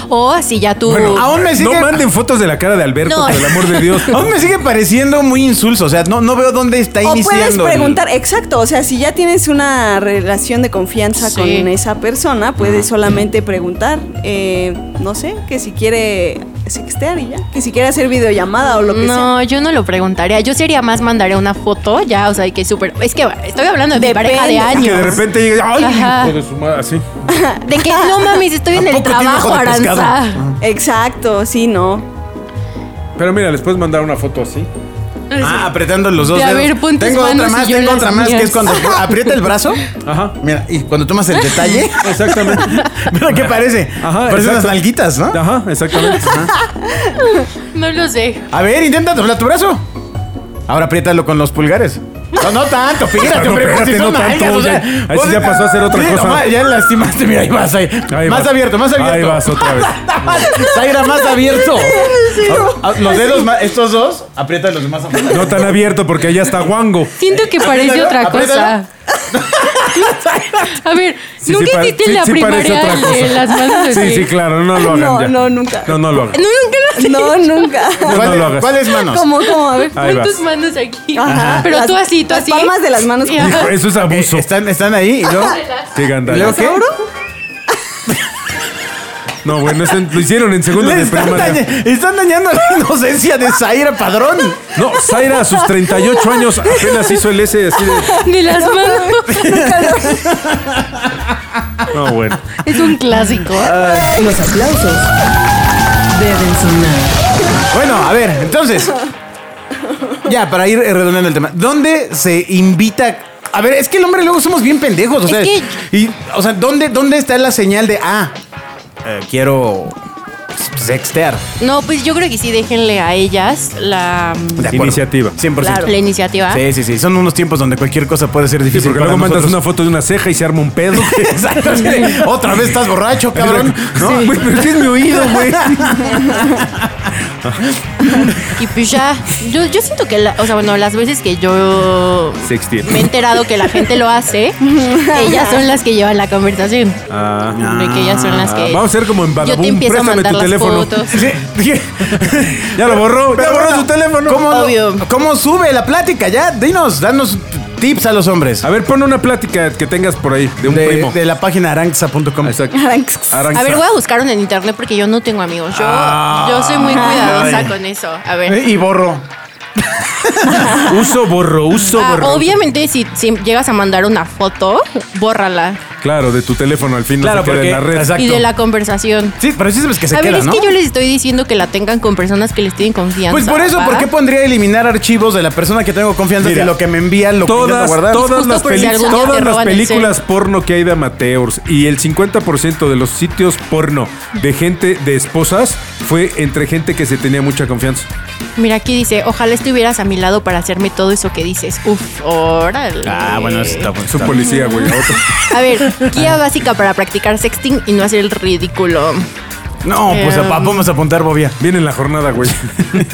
Speaker 5: O oh, así ya tú.
Speaker 3: Bueno,
Speaker 2: aún me sigue-
Speaker 3: No manden fotos de la cara de Alberto,
Speaker 5: No.
Speaker 3: por el amor de Dios.
Speaker 2: Aún me sigue pareciendo muy insulso. O sea, no, no veo dónde está
Speaker 4: O puedes
Speaker 2: iniciando. el-
Speaker 4: preguntar, exacto, o sea, si ya tienes una relación de confianza
Speaker 5: Sí.
Speaker 4: con esa persona, puedes solamente preguntar, eh, no sé, que si quiere sextear y ya, que si quiere hacer videollamada o lo que sea.
Speaker 5: No, yo no lo preguntaría. Yo sería más mandaría una foto, ya, o sea, que súper. Es que estoy hablando de mi
Speaker 4: Depende.
Speaker 5: pareja de
Speaker 3: Que de
Speaker 5: años.
Speaker 3: repente llegue. ¡Ay!
Speaker 5: Ajá.
Speaker 3: hijo de su madre", así.
Speaker 5: De que no mames, estoy en
Speaker 2: ¿A
Speaker 5: el
Speaker 2: poco tiene ojo
Speaker 5: trabajo,
Speaker 2: de pescado?
Speaker 5: Aranza.
Speaker 4: Exacto, sí, no.
Speaker 3: Pero mira, les puedes mandar una foto así.
Speaker 2: Ah, apretando los dos
Speaker 5: De, a
Speaker 2: dedos.
Speaker 5: ver, pon tus
Speaker 2: tengo otra
Speaker 5: manos
Speaker 2: más,
Speaker 5: y yo
Speaker 2: tengo
Speaker 5: las
Speaker 2: otra más, que
Speaker 5: mías.
Speaker 2: es cuando aprieta el brazo.
Speaker 5: (laughs)
Speaker 3: Ajá.
Speaker 2: Mira, y cuando tomas el detalle.
Speaker 3: Exactamente.
Speaker 2: (laughs) ¿Pero qué parece?
Speaker 3: Ajá,
Speaker 2: Parece
Speaker 3: exacto.
Speaker 2: unas nalguitas, ¿no?
Speaker 3: (laughs) Ajá, exactamente.
Speaker 5: No lo sé.
Speaker 2: A ver, intenta doblar tu brazo. Ahora apriétalo con los pulgares. No, no tanto, fíjate,
Speaker 3: (laughs) No,
Speaker 2: hombre,
Speaker 3: espérate,
Speaker 2: si son
Speaker 3: no tanto,
Speaker 2: nalgas, o sea,
Speaker 3: ya. Ahí
Speaker 2: vos-
Speaker 3: sí ya pasó a hacer otra
Speaker 2: Sí,
Speaker 3: cosa.
Speaker 2: nomás, ya lastimaste, mira, ahí vas, ahí.
Speaker 3: Ahí
Speaker 2: más
Speaker 3: vas.
Speaker 2: abierto, más abierto.
Speaker 3: Ahí vas
Speaker 2: (laughs)
Speaker 3: otra vez.
Speaker 2: Zaira, más abierto. Ah, Los dedos, más- estos dos, apriétalos más abajo.
Speaker 3: (laughs) No tan abierto porque allá está Wango.
Speaker 5: Siento que parece
Speaker 2: Apriétalo,
Speaker 5: otra cosa. A ver,
Speaker 3: Sí,
Speaker 5: nunca
Speaker 3: sí, pare-
Speaker 5: hiciste
Speaker 3: sí,
Speaker 5: la
Speaker 3: sí parece
Speaker 5: primaria
Speaker 3: otra cosa.
Speaker 5: de las manos
Speaker 3: Sí,
Speaker 5: así.
Speaker 3: sí, claro, no lo hagan.
Speaker 4: No,
Speaker 3: ya.
Speaker 4: no, nunca.
Speaker 3: No, no lo hagan.
Speaker 5: No, nunca lo sé.
Speaker 4: No, nunca.
Speaker 3: No, no lo
Speaker 2: ¿Cuál-
Speaker 3: hagas.
Speaker 2: ¿Cuáles manos?
Speaker 4: ¿Cómo, cómo? A ver.
Speaker 3: Ahí
Speaker 5: Pon
Speaker 3: vas.
Speaker 5: tus manos aquí.
Speaker 4: Ajá.
Speaker 5: Pero
Speaker 4: Las-
Speaker 5: tú así, tú
Speaker 4: las
Speaker 5: así.
Speaker 4: palmas de las manos
Speaker 5: Sí, ajá.
Speaker 3: Hijo, eso es
Speaker 2: Eh,
Speaker 3: abuso.
Speaker 2: Están, están ahí y luego.
Speaker 3: Qué
Speaker 2: ¿Y
Speaker 3: gandalla.
Speaker 2: luego qué?
Speaker 3: No, bueno, eso lo hicieron en segundo
Speaker 2: Le
Speaker 3: de
Speaker 2: Están,
Speaker 3: primaria.
Speaker 2: daña- están dañando la inocencia de Zaira Padrón.
Speaker 3: No, Zaira a sus 38 años apenas hizo el S así de.
Speaker 5: De las manos.
Speaker 3: No, bueno.
Speaker 5: Es un
Speaker 1: (laughs)
Speaker 5: clásico.
Speaker 1: Los aplausos deben sonar.
Speaker 2: Bueno, a ver, entonces. ya, para ir eh, redondeando el tema, ¿dónde se invita? A ver, es que el hombre luego somos bien pendejos, o
Speaker 5: Es
Speaker 2: sea,
Speaker 5: que-
Speaker 2: y, o sea, ¿dónde, ¿dónde está la señal de, ah, eh, quiero sextear?
Speaker 5: No, pues yo creo que sí, déjenle a ellas la,
Speaker 2: De acuerdo.
Speaker 3: Iniciativa.
Speaker 2: 100%.
Speaker 4: Claro.
Speaker 5: la iniciativa.
Speaker 2: Sí, sí, sí. Son unos tiempos donde cualquier cosa puede ser
Speaker 3: Sí,
Speaker 2: difícil.
Speaker 3: porque
Speaker 2: para
Speaker 3: luego mandas una
Speaker 2: nosotros.
Speaker 3: foto de una ceja y se arma un pedo.
Speaker 2: (laughs) Exacto. así
Speaker 3: (laughs)
Speaker 2: de, Otra vez estás borracho, cabrón. ¿No?
Speaker 3: Güey, pero ¿qué es mi oído, güey?
Speaker 5: Y pues ya, yo, yo siento que, la- o sea, bueno, las veces que yo
Speaker 3: Sextier.
Speaker 5: me he enterado que la gente lo hace,
Speaker 2: (laughs)
Speaker 5: ellas son las que llevan la conversación. De que ellas son las que...
Speaker 3: Ah. Vamos a ser como en
Speaker 5: Yo te
Speaker 3: Badabun.
Speaker 5: empiezo a
Speaker 3: Préstame
Speaker 5: mandar
Speaker 3: tu
Speaker 5: las
Speaker 3: teléfono.
Speaker 5: fotos.
Speaker 2: Sí.
Speaker 3: (laughs) Ya lo borró, ya
Speaker 2: Pero
Speaker 3: borró
Speaker 2: bueno,
Speaker 3: su teléfono.
Speaker 2: ¿cómo,
Speaker 5: Obvio.
Speaker 2: ¿Cómo sube la plática? Ya, dinos, danos tips a los hombres.
Speaker 3: A ver, pon una plática que tengas por ahí de un
Speaker 2: de,
Speaker 3: primo.
Speaker 2: de la página aranxa.com.
Speaker 3: Exacto.
Speaker 4: (laughs)
Speaker 3: Ah,
Speaker 5: A ver, voy a buscar uno en internet porque yo no tengo amigos. Yo,
Speaker 3: Ah.
Speaker 5: yo soy muy cuidadosa
Speaker 2: ay.
Speaker 5: con eso. A ver.
Speaker 2: Eh, Y borro.
Speaker 3: Uso borro, uso
Speaker 5: Ah,
Speaker 3: borro.
Speaker 5: obviamente, si, si llegas a mandar una foto, bórrala.
Speaker 3: Claro, de tu teléfono al fin no
Speaker 2: Claro,
Speaker 3: se queda
Speaker 2: porque-
Speaker 3: en la red.
Speaker 2: Exacto.
Speaker 5: Y de la conversación.
Speaker 2: Sí, pero sí sabes que se
Speaker 5: a ver,
Speaker 2: queda,
Speaker 5: es
Speaker 2: ¿no?
Speaker 5: que yo les estoy diciendo que la tengan con personas que les tienen confianza.
Speaker 2: Pues por eso,
Speaker 5: ¿va?
Speaker 2: ¿por qué pondría eliminar archivos de la persona que tengo confianza
Speaker 3: Mira,
Speaker 2: si lo que me envían lo intento
Speaker 3: Todas,
Speaker 2: guardar?
Speaker 3: todas,
Speaker 5: Justo
Speaker 3: las,
Speaker 5: por si
Speaker 3: peli-
Speaker 5: algún día
Speaker 3: todas
Speaker 5: te
Speaker 3: las
Speaker 5: roban el
Speaker 3: películas porno que hay de amateurs y el 50% de los sitios porno de gente de esposas fue entre gente que se tenía mucha confianza.
Speaker 5: Mira, aquí dice, ojalá estuvieras a mi lado para hacerme todo eso que dices. Uf, órale.
Speaker 2: Ah, bueno.
Speaker 3: Es un policía, güey. a otro.
Speaker 2: (laughs)
Speaker 5: A ver, guía básica para practicar sexting y no hacer el ridículo.
Speaker 2: (laughs) No, pues
Speaker 5: Eh,
Speaker 2: apa- vamos a apuntar bobia.
Speaker 3: Viene en la jornada, güey.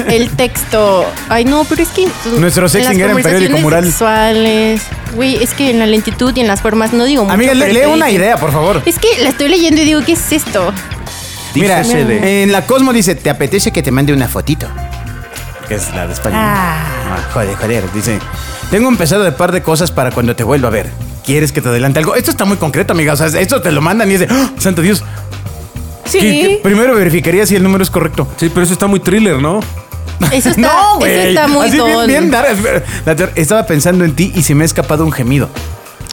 Speaker 5: El texto. Ay, no, pero es que.
Speaker 2: Nuestro sexting
Speaker 5: las
Speaker 2: era en periódico
Speaker 5: conversaciones
Speaker 2: mural.
Speaker 5: sexuales. Güey, es que en la lentitud y en las formas no digo mucho.
Speaker 2: Amiga, le-
Speaker 5: pero
Speaker 2: lee
Speaker 5: te
Speaker 2: una
Speaker 5: dicen-
Speaker 2: idea, por favor.
Speaker 5: Es que la estoy leyendo y digo, ¿qué
Speaker 2: (laughs)
Speaker 5: es esto?
Speaker 2: Mira,
Speaker 3: Dícese de-
Speaker 2: en la Cosmo dice, ¿te apetece que te mande una fotito? Que es la de España. Ah, joder, joder, dice. Tengo un pesado de par de cosas para cuando te vuelva a ver. ¿Quieres que te adelante algo? Esto está muy concreto, amiga. O sea, esto te lo mandan y es de, ¡Ah, santo Dios.
Speaker 4: Sí.
Speaker 2: ¿Qué- qué? Primero verificaría si el número es correcto.
Speaker 3: Sí, pero eso está muy thriller, ¿no?
Speaker 5: Eso está,
Speaker 2: No, güey.
Speaker 5: eso está muy
Speaker 2: Así bien,
Speaker 5: don.
Speaker 2: bien dar- la ter- Estaba pensando en ti y se me ha escapado un gemido.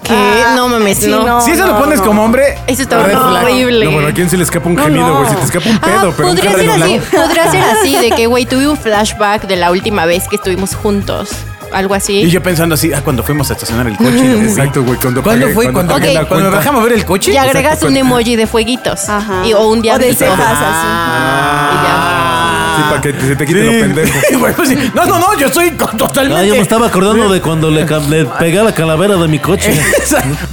Speaker 5: ¿Qué? no
Speaker 2: Ah,
Speaker 5: mames,
Speaker 4: sí,
Speaker 5: Oh, no.
Speaker 4: no.
Speaker 2: si eso lo pones
Speaker 4: no.
Speaker 2: como hombre,
Speaker 5: Eso está
Speaker 2: red flag.
Speaker 5: horrible.
Speaker 3: No, bueno, ¿a quién se le escapa un
Speaker 4: No,
Speaker 3: gemido,
Speaker 4: no.
Speaker 3: güey? Se te escapa un pedo,
Speaker 5: ah,
Speaker 3: pero un
Speaker 5: podría ser
Speaker 3: gemido
Speaker 5: así,
Speaker 3: largo.
Speaker 5: podría ser así, de que, güey, tuve un flashback de la última vez que estuvimos juntos. Algo así.
Speaker 2: Y yo pensando así, ah, cuando fuimos a estacionar el coche.
Speaker 5: (laughs)
Speaker 2: lo vi.
Speaker 3: Exacto, güey, cuando
Speaker 2: ¿Cuándo
Speaker 3: pagué-
Speaker 2: fue?
Speaker 3: cuando
Speaker 2: Cuando,
Speaker 5: pagué la
Speaker 2: cuando me
Speaker 3: cuenta.
Speaker 2: bajamos a ver el coche.
Speaker 5: y agregas
Speaker 2: Exacto,
Speaker 5: un
Speaker 2: cuando-
Speaker 5: emoji de fueguitos.
Speaker 4: Ajá.
Speaker 5: Y, o un
Speaker 4: O de
Speaker 5: diablito.
Speaker 4: cejas
Speaker 2: Ah.
Speaker 3: Sí, para que se te quite lo
Speaker 2: (laughs)
Speaker 3: pendejo.
Speaker 2: Güey, pues sí. No, no, no, yo soy co- totalmente.
Speaker 7: Ah, yo me
Speaker 2: (laughs)
Speaker 7: estaba acordando de cuando le, cam- le pegué a la calavera de mi coche.
Speaker 2: Eh.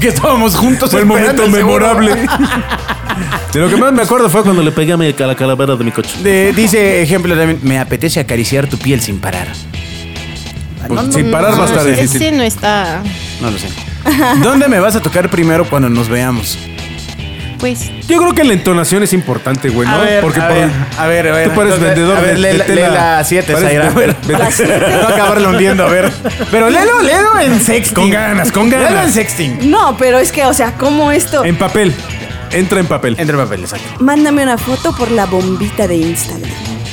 Speaker 2: que estábamos juntos.
Speaker 3: Fue el
Speaker 2: esperando
Speaker 3: momento
Speaker 2: seguro.
Speaker 3: memorable. De lo que más me acuerdo fue cuando
Speaker 7: Cuando le pegué a, mi, a la calavera de mi coche.
Speaker 2: De- dice ejemplo también, me apetece acariciar tu piel sin parar.
Speaker 3: Pues, sin parar va a estar
Speaker 5: así.
Speaker 3: difícil.
Speaker 5: Mm, Ese no está.
Speaker 2: No
Speaker 3: (laughs)
Speaker 2: lo sé. ¿Dónde me vas a tocar primero cuando nos veamos?
Speaker 5: Pues.
Speaker 3: Yo creo que la entonación es importante, güey, ¿no?
Speaker 2: A ver,
Speaker 3: Porque
Speaker 2: a ver, a ver, a ver.
Speaker 3: Tú pareces
Speaker 2: Entonces,
Speaker 3: vendedor
Speaker 2: a ver,
Speaker 3: de,
Speaker 2: lee
Speaker 3: de
Speaker 2: la-
Speaker 3: tela.
Speaker 2: lee la 7,
Speaker 3: Pareces
Speaker 2: Zaira. A ver,
Speaker 3: ven-
Speaker 2: (laughs) va a acabarlo hundiendo, a ver. Pero léelo, léelo en sexting.
Speaker 3: Con ganas, con ganas.
Speaker 2: Léelo en sexting.
Speaker 4: No, pero es que, o sea, ¿cómo esto?
Speaker 3: En papel. Entra en papel.
Speaker 2: Entre papel, exacto.
Speaker 4: Mándame una foto por la bombita de Instagram.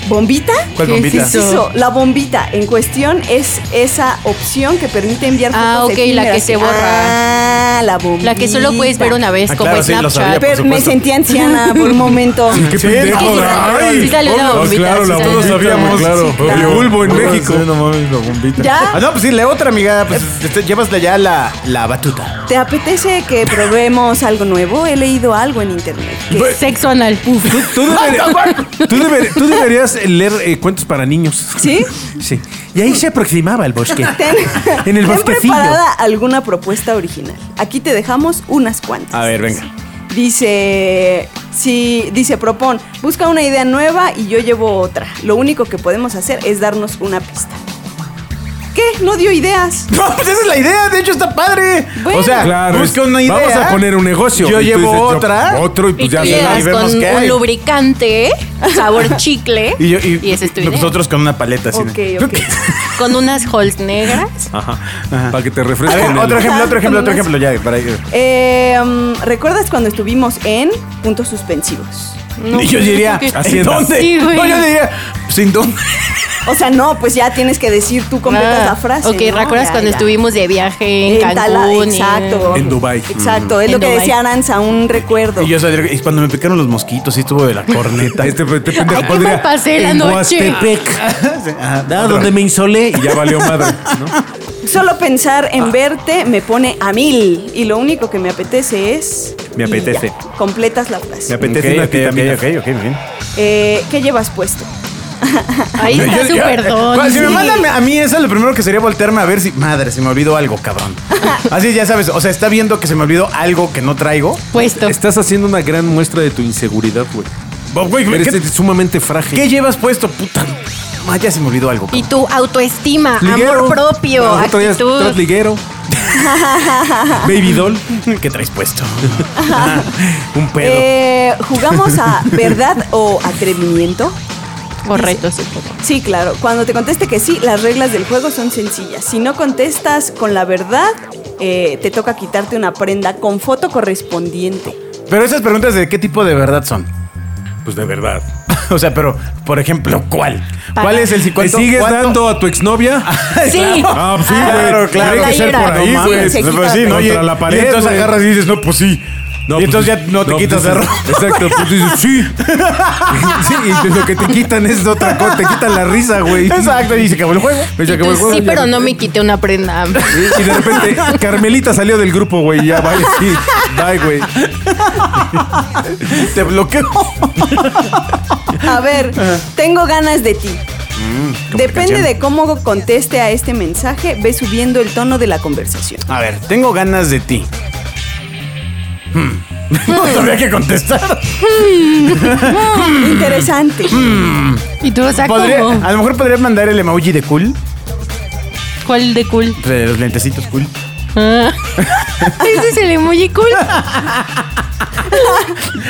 Speaker 4: ¿Bombita?
Speaker 2: ¿Cuál
Speaker 5: ¿Qué
Speaker 2: bombita?
Speaker 5: es eso?
Speaker 4: Eso, la bombita en cuestión es esa opción que permite enviar
Speaker 5: Ah,
Speaker 4: fotos
Speaker 5: ok, la
Speaker 4: efímeras.
Speaker 5: que se borra.
Speaker 4: Ah, la bombita.
Speaker 5: La que solo puedes ver una vez,
Speaker 2: Ah,
Speaker 5: como
Speaker 2: claro, sí, lo
Speaker 5: Snapchat.
Speaker 2: sabía, por
Speaker 4: Pero me
Speaker 2: supuesto.
Speaker 4: sentí anciana por un momento.
Speaker 2: (laughs)
Speaker 3: ¡Qué
Speaker 2: Sí,
Speaker 3: pendejo!
Speaker 2: no,
Speaker 3: ¡Ay!
Speaker 5: sí sale una
Speaker 3: No,
Speaker 5: bombita,
Speaker 3: Claro,
Speaker 5: sí
Speaker 3: la
Speaker 5: sale
Speaker 3: todos
Speaker 5: una
Speaker 3: sabíamos.
Speaker 5: bombita.
Speaker 3: Claro.
Speaker 5: Sí, claro.
Speaker 3: El bulbo en México.
Speaker 6: No mames, la bombita.
Speaker 2: Ah,
Speaker 4: ¿Ya?
Speaker 2: no, pues sí, lee otra, amiga. Pues este, llévasle ya la, la
Speaker 3: (laughs)
Speaker 2: batuta.
Speaker 4: ¿Te apetece que probemos algo nuevo? He leído algo en internet. que
Speaker 3: Ve-
Speaker 5: Sexo anal.
Speaker 3: Tú, tú deber- tú deber- tú deberías leer eh, cuentos para niños.
Speaker 4: ¿Sí?
Speaker 3: Sí. Y ahí se aproximaba el bosque.
Speaker 4: Ten,
Speaker 3: En el
Speaker 4: ten
Speaker 3: bosquecillo.
Speaker 4: preparada alguna propuesta original. Aquí te dejamos unas cuantas.
Speaker 2: A ver, venga.
Speaker 4: Dice, sí, dice, propon, busca una idea nueva y yo llevo otra. Lo único que podemos hacer es darnos una pista. ¿Qué? No dio ideas.
Speaker 2: No, pues esa es la idea. De hecho, está padre.
Speaker 4: Bueno.
Speaker 2: o sea,
Speaker 3: Claro.
Speaker 2: busca
Speaker 3: es-
Speaker 2: una idea.
Speaker 3: Vamos a poner un negocio.
Speaker 2: Yo
Speaker 3: Y tú
Speaker 2: llevo
Speaker 3: dices, yo-
Speaker 2: otra.
Speaker 3: Otro y pues
Speaker 5: Y
Speaker 3: ya
Speaker 5: tú
Speaker 2: sé,
Speaker 5: llegas
Speaker 2: ahí vemos
Speaker 5: con
Speaker 2: qué hay.
Speaker 5: un lubricante,
Speaker 2: (laughs)
Speaker 5: sabor chicle.
Speaker 2: Y,
Speaker 5: y,
Speaker 2: yo, y,
Speaker 5: esa es tu idea.
Speaker 2: nosotros con una paleta así.
Speaker 4: Ok,
Speaker 2: ¿no?
Speaker 4: ok.
Speaker 5: Con unas holes negras.
Speaker 3: (laughs) Para que te
Speaker 2: A
Speaker 3: refresquen.
Speaker 2: ver,
Speaker 3: el-
Speaker 2: (laughs) otro ejemplo, otro ejemplo, otro
Speaker 4: Con
Speaker 2: ejemplo. Ya, para ir.
Speaker 4: Eh, mm, ¿Recuerdas cuando estuvimos en puntos suspensivos?
Speaker 5: No,
Speaker 2: Y yo diría,
Speaker 5: creo que-
Speaker 2: ¿en dónde?
Speaker 5: Sí, güey.
Speaker 2: no, yo diría, sin dónde.
Speaker 4: O sea, no, pues ya tienes que decir tú completas
Speaker 5: Ah,
Speaker 4: la frase.
Speaker 5: Ok,
Speaker 4: ¿no?
Speaker 5: ¿recuerdas
Speaker 4: Ya,
Speaker 5: cuando
Speaker 4: ya.
Speaker 5: estuvimos de viaje en
Speaker 4: Tala-
Speaker 5: Cancún? y-
Speaker 4: exacto.
Speaker 3: En Dubái.
Speaker 4: Exacto, es
Speaker 5: En
Speaker 4: lo que
Speaker 5: Dubái.
Speaker 4: decía Aranza, un recuerdo.
Speaker 2: Y yo salí, y cuando me picaron los mosquitos, sí estuvo de la (laughs) corneta.
Speaker 3: Este, este pendejo
Speaker 5: Ay, ¿qué
Speaker 3: podría-
Speaker 5: mal pasé la
Speaker 7: En
Speaker 5: noche?
Speaker 7: Huastepec. Ah, donde me insolé.
Speaker 3: Y ya valió madre, ¿no? (laughs)
Speaker 4: Solo pensar
Speaker 3: Ah.
Speaker 4: en verte me pone a mil. Y lo único que me apetece es.
Speaker 3: Me
Speaker 4: y
Speaker 3: apetece.
Speaker 4: ya, completas la frase.
Speaker 3: Me apetece
Speaker 2: Ok,
Speaker 3: una
Speaker 2: ok,
Speaker 3: vitamina.
Speaker 2: ok, ok, muy bien.
Speaker 4: Eh, ¿Qué llevas puesto?
Speaker 5: Ahí está
Speaker 2: Yo- yo-
Speaker 5: súper don.
Speaker 2: Si me
Speaker 5: sí.
Speaker 2: mandan a mí, eso es lo primero que sería voltearme a ver si. Madre, se me olvidó algo,
Speaker 5: (laughs)
Speaker 2: cabrón. Así ya sabes, o sea, está viendo que se me olvidó algo que no traigo.
Speaker 5: Puesto.
Speaker 2: Este-
Speaker 3: Estás haciendo una gran muestra de tu inseguridad, güey.
Speaker 2: Bob, güey,
Speaker 3: Eres
Speaker 2: ¿qué,
Speaker 3: sumamente frágil.
Speaker 2: qué llevas puesto, puta? este Ah, ya se me olvidó algo.
Speaker 5: Y tu autoestima, amor propio,
Speaker 3: No, otro día estás
Speaker 5: actitud.
Speaker 3: liguero. Baby doll.
Speaker 2: cabrón. ¿Qué traes puesto? (laughs)
Speaker 3: Un pedo.
Speaker 4: Eh,
Speaker 3: (laughs)
Speaker 4: ¿Jugamos a verdad o atrevimiento?
Speaker 5: O retos, supongo.
Speaker 4: Sí, claro. Cuando te conteste que sí, las reglas del juego son sencillas. Si no contestas con la verdad, eh, te toca quitarte una prenda con
Speaker 3: (laughs)
Speaker 4: foto correspondiente.
Speaker 2: Pero esas preguntas de qué tipo de verdad son.
Speaker 3: Pues de verdad.
Speaker 2: (laughs) O sea, pero, por ejemplo, ¿cuál? ¿Cuál es el
Speaker 3: ¿Te
Speaker 2: psicuático?
Speaker 3: sigues dando a tu exnovia? (laughs)
Speaker 5: Sí.
Speaker 3: Ah, pues sí,
Speaker 5: Ah,
Speaker 2: Claro,
Speaker 3: güey.
Speaker 2: claro.
Speaker 3: Tiene que ser por ahí,
Speaker 4: Sí,
Speaker 3: güey.
Speaker 4: se
Speaker 3: Pues
Speaker 4: quita.
Speaker 3: sí, ¿no? Y-
Speaker 2: Contra
Speaker 3: y
Speaker 2: la pared.
Speaker 3: entonces agarras
Speaker 2: y dices, no, pues sí. y entonces ya no te quitas de
Speaker 3: pues,
Speaker 2: ropa.
Speaker 3: Exacto, pues
Speaker 2: (laughs)
Speaker 3: dices, sí. sí, y lo que te quitan es otra cosa, te quitan la risa, güey.
Speaker 2: Exacto, y se acabó el juego.
Speaker 3: Pues ya
Speaker 5: Y
Speaker 3: acabó
Speaker 5: tú,
Speaker 3: el juego,
Speaker 5: sí,
Speaker 3: ya.
Speaker 5: pero no me quité una prenda.
Speaker 3: Y- Y de repente, Carmelita salió del grupo, güey. Ya, vaya, sí. Bye, güey.
Speaker 2: (laughs) Te bloqueo.
Speaker 3: (laughs)
Speaker 4: A ver,
Speaker 3: Ah.
Speaker 4: tengo ganas de ti.
Speaker 3: Mm,
Speaker 4: Depende
Speaker 2: canción.
Speaker 4: de cómo conteste a este mensaje, ve subiendo el tono de la conversación. (laughs)
Speaker 2: A ver, tengo ganas de ti. Hmm. (laughs) No sabía qué
Speaker 5: (laughs)
Speaker 2: contestar.
Speaker 4: Interesante.
Speaker 3: Mm.
Speaker 5: Y tú, o sea,
Speaker 2: Podría- Ah.
Speaker 5: ¿cómo?
Speaker 2: a lo mejor podrías mandar el emoji de cool,
Speaker 5: ¿Cuál de cool?
Speaker 2: de los lentecitos cool.
Speaker 5: Ah. Ese es el
Speaker 2: (laughs)
Speaker 5: emoji cool.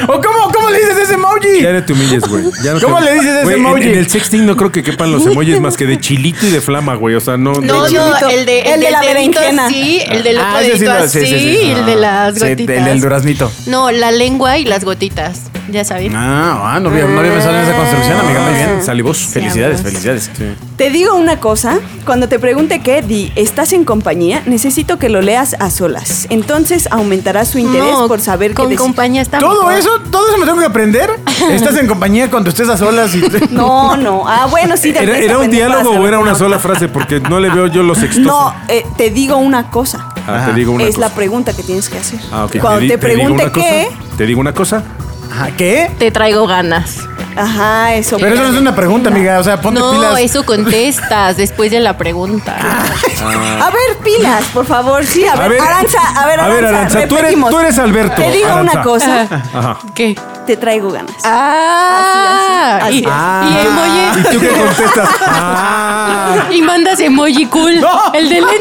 Speaker 2: ¿O cómo, cómo le dices ese emoji?
Speaker 3: Ya no te humilles, güey. Ya no te-
Speaker 2: ¿Cómo le dices ese
Speaker 3: Güey, en-
Speaker 2: emoji?
Speaker 3: En, el sexting no creo que quepan los emojis más que de chilito y de flama, güey. O sea, no.
Speaker 5: No,
Speaker 4: chilito.
Speaker 5: no, el de,
Speaker 4: El de
Speaker 5: del
Speaker 4: la
Speaker 5: dedito
Speaker 4: berenjena.
Speaker 5: así, el del otro
Speaker 2: Ah, ese sí
Speaker 5: dedito
Speaker 2: lo-
Speaker 5: así,
Speaker 2: sí, sí, sí.
Speaker 5: el de las
Speaker 2: Sí, el
Speaker 5: gotitas.
Speaker 2: del duraznito.
Speaker 5: No, la lengua y las gotitas, ya sabes.
Speaker 2: Ah, ah, no, había, no había pensado en esa construcción, amiga. Muy bien.
Speaker 5: Mm.
Speaker 3: Salivos.
Speaker 2: Felicidades,
Speaker 5: amor.
Speaker 2: felicidades.
Speaker 4: Te digo una cosa, cuando te pregunte qué, di, ¿estás en compañía? Necesito que lo leas a solas. Entonces aumentará su interés
Speaker 5: No,
Speaker 4: por saber
Speaker 5: con
Speaker 4: qué decir.
Speaker 5: compañía está
Speaker 2: ¿Todo
Speaker 5: mejor.
Speaker 2: eso? ¿Todo eso me tengo que
Speaker 5: (laughs)
Speaker 2: aprender? ¿Estás en compañía cuando estés a solas? Y...
Speaker 4: No, no. Ah, bueno, sí. te
Speaker 3: ¿Era,
Speaker 4: empieza
Speaker 3: era
Speaker 4: a
Speaker 3: un
Speaker 4: aprender
Speaker 3: diálogo
Speaker 4: para
Speaker 3: o era
Speaker 4: saber.
Speaker 3: una
Speaker 4: (laughs)
Speaker 3: sola frase? Porque no le veo yo los sextos.
Speaker 4: No, eh, te digo una cosa.
Speaker 3: Ah, te digo una
Speaker 4: es
Speaker 3: cosa.
Speaker 4: la pregunta que tienes que hacer.
Speaker 3: Ah, ok.
Speaker 4: Cuando
Speaker 3: di-
Speaker 4: te,
Speaker 3: digo
Speaker 4: pregunte
Speaker 3: una
Speaker 4: qué,
Speaker 3: cosa, Te digo una cosa.
Speaker 2: Ajá, ¿Qué?
Speaker 5: Te traigo ganas.
Speaker 4: ajá, eso.
Speaker 2: Pero eso no es una pregunta, amiga. O sea, ponte
Speaker 5: no,
Speaker 2: pilas.
Speaker 5: eso contestas después de
Speaker 2: (laughs)
Speaker 5: la pregunta.
Speaker 4: A ver, pilas, por favor. Sí, a,
Speaker 3: A
Speaker 4: ver,
Speaker 3: ver,
Speaker 4: Aranza, a ver,
Speaker 3: a ver,
Speaker 4: Aranza,
Speaker 3: Aranza, tú eres-
Speaker 4: repetimos.
Speaker 3: tú eres Alberto,
Speaker 4: Te digo
Speaker 3: Aranza.
Speaker 4: una cosa,
Speaker 3: Ajá.
Speaker 5: ¿Qué?
Speaker 4: te traigo ganas.
Speaker 5: Ah,
Speaker 4: Así, así,
Speaker 5: y, y emoji-
Speaker 3: ¿Y tú qué
Speaker 4: (laughs)
Speaker 3: contestas? Ah.
Speaker 5: y mandas emoji cool, el de lentes.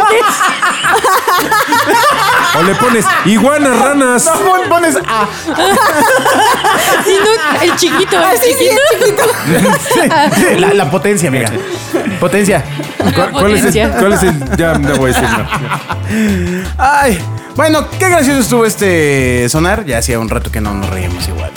Speaker 3: O le pones iguanas, ranas.
Speaker 2: No, pon- pones ah,
Speaker 5: Y no, el chiquito, el chiquito.
Speaker 2: (laughs) sí, la, la potencia, amiga. Potencia.
Speaker 3: ¿Cuál, cuál es el,
Speaker 5: Potencia.
Speaker 3: ¿Cuál es el.? Ya no voy a decir nada.
Speaker 2: Ay, bueno, qué gracioso estuvo este sonar. Ya hacía un rato que no nos reíamos igual.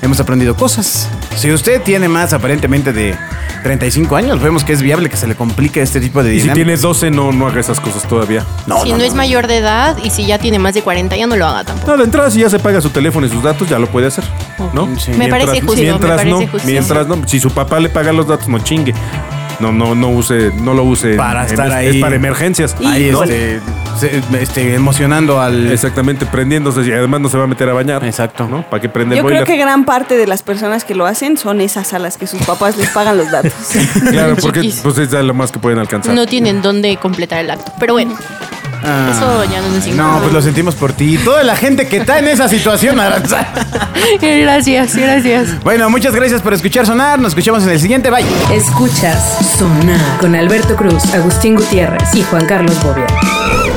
Speaker 2: Hemos aprendido cosas. Si usted tiene más aparentemente de 35 años, vemos que es viable que se le complique este tipo de
Speaker 3: Y si
Speaker 2: dinámica.
Speaker 3: tienes 12, no, no haga esas cosas todavía.
Speaker 2: No,
Speaker 5: si no, es mayor de edad y si ya tiene más de 40, ya no lo haga tampoco.
Speaker 3: No, de entrada, si ya se paga su teléfono y sus datos, ya lo puede hacer. ¿No?
Speaker 2: Sí.
Speaker 5: Mm, me parece justo. me
Speaker 3: Mientras
Speaker 5: parece
Speaker 3: no,
Speaker 5: justo.
Speaker 3: mientras no. Si su papá le paga los datos, no chingue. No, no, no use, no lo use. en-
Speaker 2: Para
Speaker 3: en-
Speaker 2: estar
Speaker 3: es-
Speaker 2: ahí.
Speaker 3: Es para emergencias.
Speaker 2: Ahí
Speaker 3: ¿no?
Speaker 2: este, se- este, emocionando al.
Speaker 3: Exactamente, prendiéndose y además no se va a meter a bañar.
Speaker 2: Exacto.
Speaker 3: ¿No? ¿Para qué prende
Speaker 4: Yo
Speaker 3: el boiler?
Speaker 4: creo que gran parte de las personas que lo hacen son esas a las que sus papás les pagan los
Speaker 3: (laughs)
Speaker 4: datos.
Speaker 3: Claro,
Speaker 4: (laughs)
Speaker 3: porque
Speaker 5: Chiquis.
Speaker 3: pues es lo más que pueden alcanzar.
Speaker 5: No tienen dónde completar el acto. Pero bueno,
Speaker 2: Ah.
Speaker 5: eso ya no nos
Speaker 2: No,
Speaker 5: importa.
Speaker 2: pues lo sentimos por ti. Y toda la gente que está en esa situación, Aranza.
Speaker 5: Gracias, gracias.
Speaker 2: Bueno, muchas gracias por escuchar sonar. Nos escuchamos en el siguiente. Bye.
Speaker 1: Escuchas Sonar con Alberto Cruz, Agustín Gutiérrez y Juan Carlos Bobia.